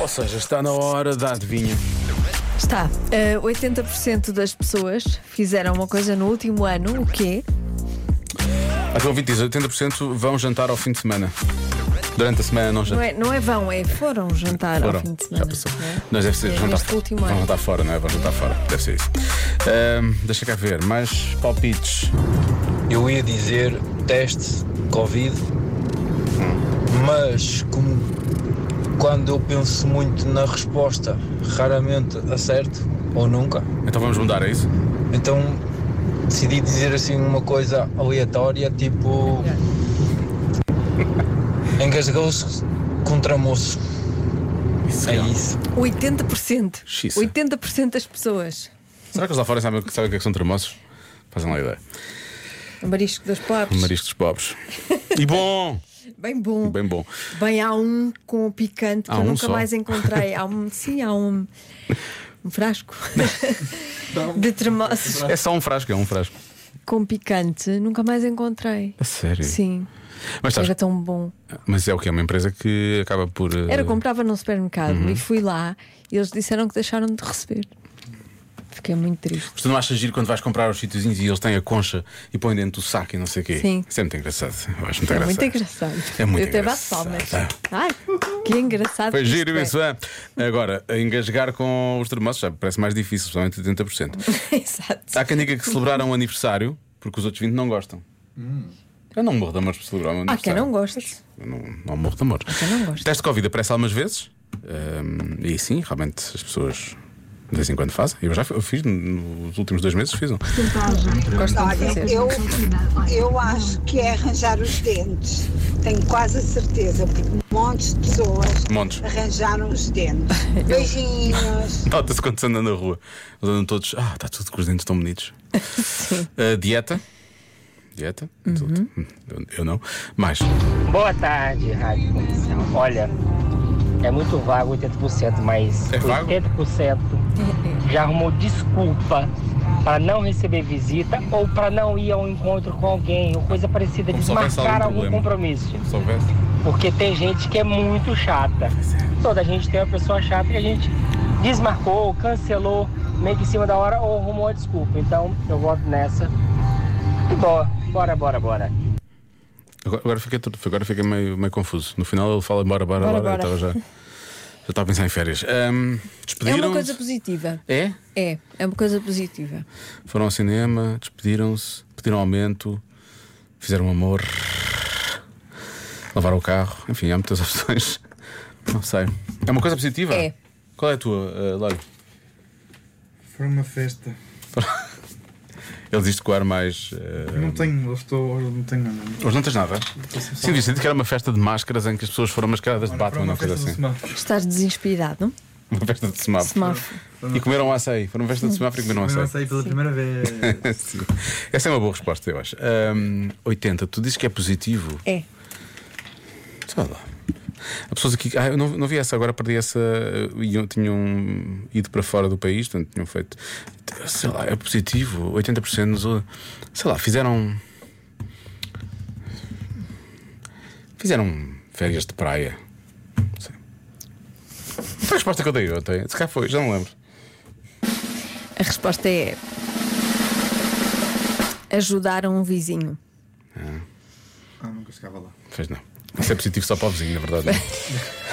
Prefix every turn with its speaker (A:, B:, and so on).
A: Ou seja, está na hora da adivinha.
B: Está. Eh, 80% das pessoas fizeram uma coisa no último ano, o quê?
A: Aqui o ouvinte diz: 80% vão jantar ao fim de semana. Durante a semana não
B: Não
A: jantam.
B: é, não é vão, é foram jantar
A: Foram,
B: ao fim de
A: já
B: semana.
A: passou.
B: não é?
A: Mas deve ser
B: É
A: jantar
B: neste
A: fora.
B: último
A: Vão
B: ano.
A: jantar fora, não é? Vão jantar fora. Deve ser isso. Ahm, deixa cá ver. Mais palpites.
C: Eu ia dizer teste Covid, mas como quando eu penso muito na resposta, raramente acerto ou nunca.
A: Então vamos mudar, é isso?
C: Então decidi dizer assim uma coisa aleatória, tipo. Engasgou-se com tramoço. É isso.
B: 80%.
A: Xiça.
B: 80% das pessoas.
A: Será que os lá fora sabem, o que- sabem o que é que são termoços? Fazem lá ideia.
B: Marisco dos pobres.
A: Mariscos pobres. E bom!
B: Bem bom.
A: Bem bom.
B: Bem, há um com picante que
A: Há
B: eu
A: um
B: nunca
A: só?
B: mais encontrei. Há um, sim, há um, um frasco de tremoços
A: É só um frasco, é um frasco.
B: com picante. Nunca mais encontrei.
A: A sério.
B: Sim,
A: Mas, sabes-
B: era tão bom.
A: mas é o que? É uma empresa que acaba por. eh,
B: Era, eu comprava num supermercado
A: Uhum.
B: e fui lá e eles disseram que deixaram de receber. Fiquei muito triste.
A: Mas tu não achas giro quando vais comprar os sítiozinhos e eles têm a concha e põem dentro do saco e não sei o quê?
B: Sim.
A: Isso é muito engraçado. Eu acho muito
B: É
A: engraçado.
B: muito engraçado.
A: É muito
B: eu até bato
A: engraçado. Tá.
B: palmas. Ai, que engraçado.
A: Foi
B: que isto
A: giro
B: é.
A: isso é. Agora, a engasgar com os termossos já parece mais difícil, somente 80%.
B: Exato.
A: Há quem diga que celebraram um aniversário porque os outros 20 não gostam. Eu não morro de amor por celebrar um
B: Há Ah, quem
A: aniversário.
B: não gosta.
A: Eu não, não morro de amor.
B: quem não gosta.
A: Teste de Covid aparece algumas vezes. Ahm, e sim, realmente as pessoas de vez em quando fazem. Eu já f- eu fiz, nos últimos dois meses fiz um.
B: Gosto de
D: Olha,
B: fazer.
D: eu, eu acho que é arranjar os dentes. Tenho quase a certeza, porque montes de pessoas
A: Montes.
D: arranjaram os dentes. Beijinhos.
A: Nota-se quando se anda na rua. Eles andam todos. Ah, está tudo com os dentes tão bonitos. Ah, dieta. Dieta.
B: Uhum.
A: Tudo. Hum, Eu, eu não. Mais.
E: Boa tarde, Rádio Comercial. Olha, é muito vago 80%, mas
A: É vago?
E: 80% já arrumou desculpa para não receber visita ou para não ir a um encontro com alguém ou coisa parecida,
A: Como se houvesse
E: desmarcar
A: algum
E: algum
A: problema.
E: compromisso.
A: Se houvesse.
E: Porque tem gente que é muito chata. Toda gente tem uma pessoa chata e a gente desmarcou, cancelou, meio que em cima da hora ou arrumou a desculpa. Então eu voto nessa. E bora, bora, bora, bora.
A: Agora, agora fiquei, tudo- agora fiquei meio, meio confuso. No final ele fala bora, bora, bora.
B: Bora,
A: Eu
B: bora.
A: estava já, já estava a pensar em férias. Ahm,
B: É
A: despediram-se.
B: uma coisa positiva.
A: É?
B: É, é uma coisa positiva.
A: Foram ao cinema, despediram-se, pediram aumento, fizeram amor, lavaram o carro. Enfim, há muitas opções. Não sei. É uma coisa positiva?
B: É.
A: Qual é a tua, eh, Lório?
F: Foi uma festa.
A: Ele diz com o ar mais. eh,
F: Eu não tenho, eu estou, hoje não tenho nada.
A: Hoje não tens nada? Sim, disse que era uma festa de máscaras em que as pessoas foram mascaradas de
F: Foi
A: Batman,
F: uma
A: uma coisa
F: festa do
A: assim.
F: semáforo.
B: Estás desinspirado?
A: Uma festa de semáforo.
B: Smurf.
A: E comeram um açaí. Foram uma festa de semáforo e comeram um
F: Eu
A: açaí.
F: saí pela primeira vez.
A: Sim. Essa é uma boa resposta, eu acho. Ahm, 80, tu dizes que é positivo.
B: É.
A: Sei lá. Há pessoas aqui. Ah, eu não, não vi essa, agora perdi essa. Iam, tinham ido para fora do país, portanto, tinham feito. Sei lá, é positivo. 80% nos. Sei lá, fizeram. Fizeram férias de praia. Não sei. Foi a resposta que eu dei ontem. Se cá foi, já não lembro.
B: A resposta é. Ajudar um vizinho.
F: Ah, nunca chegava lá.
A: Pois não. Isso é positivo só para o vizinho, na verdade. não é?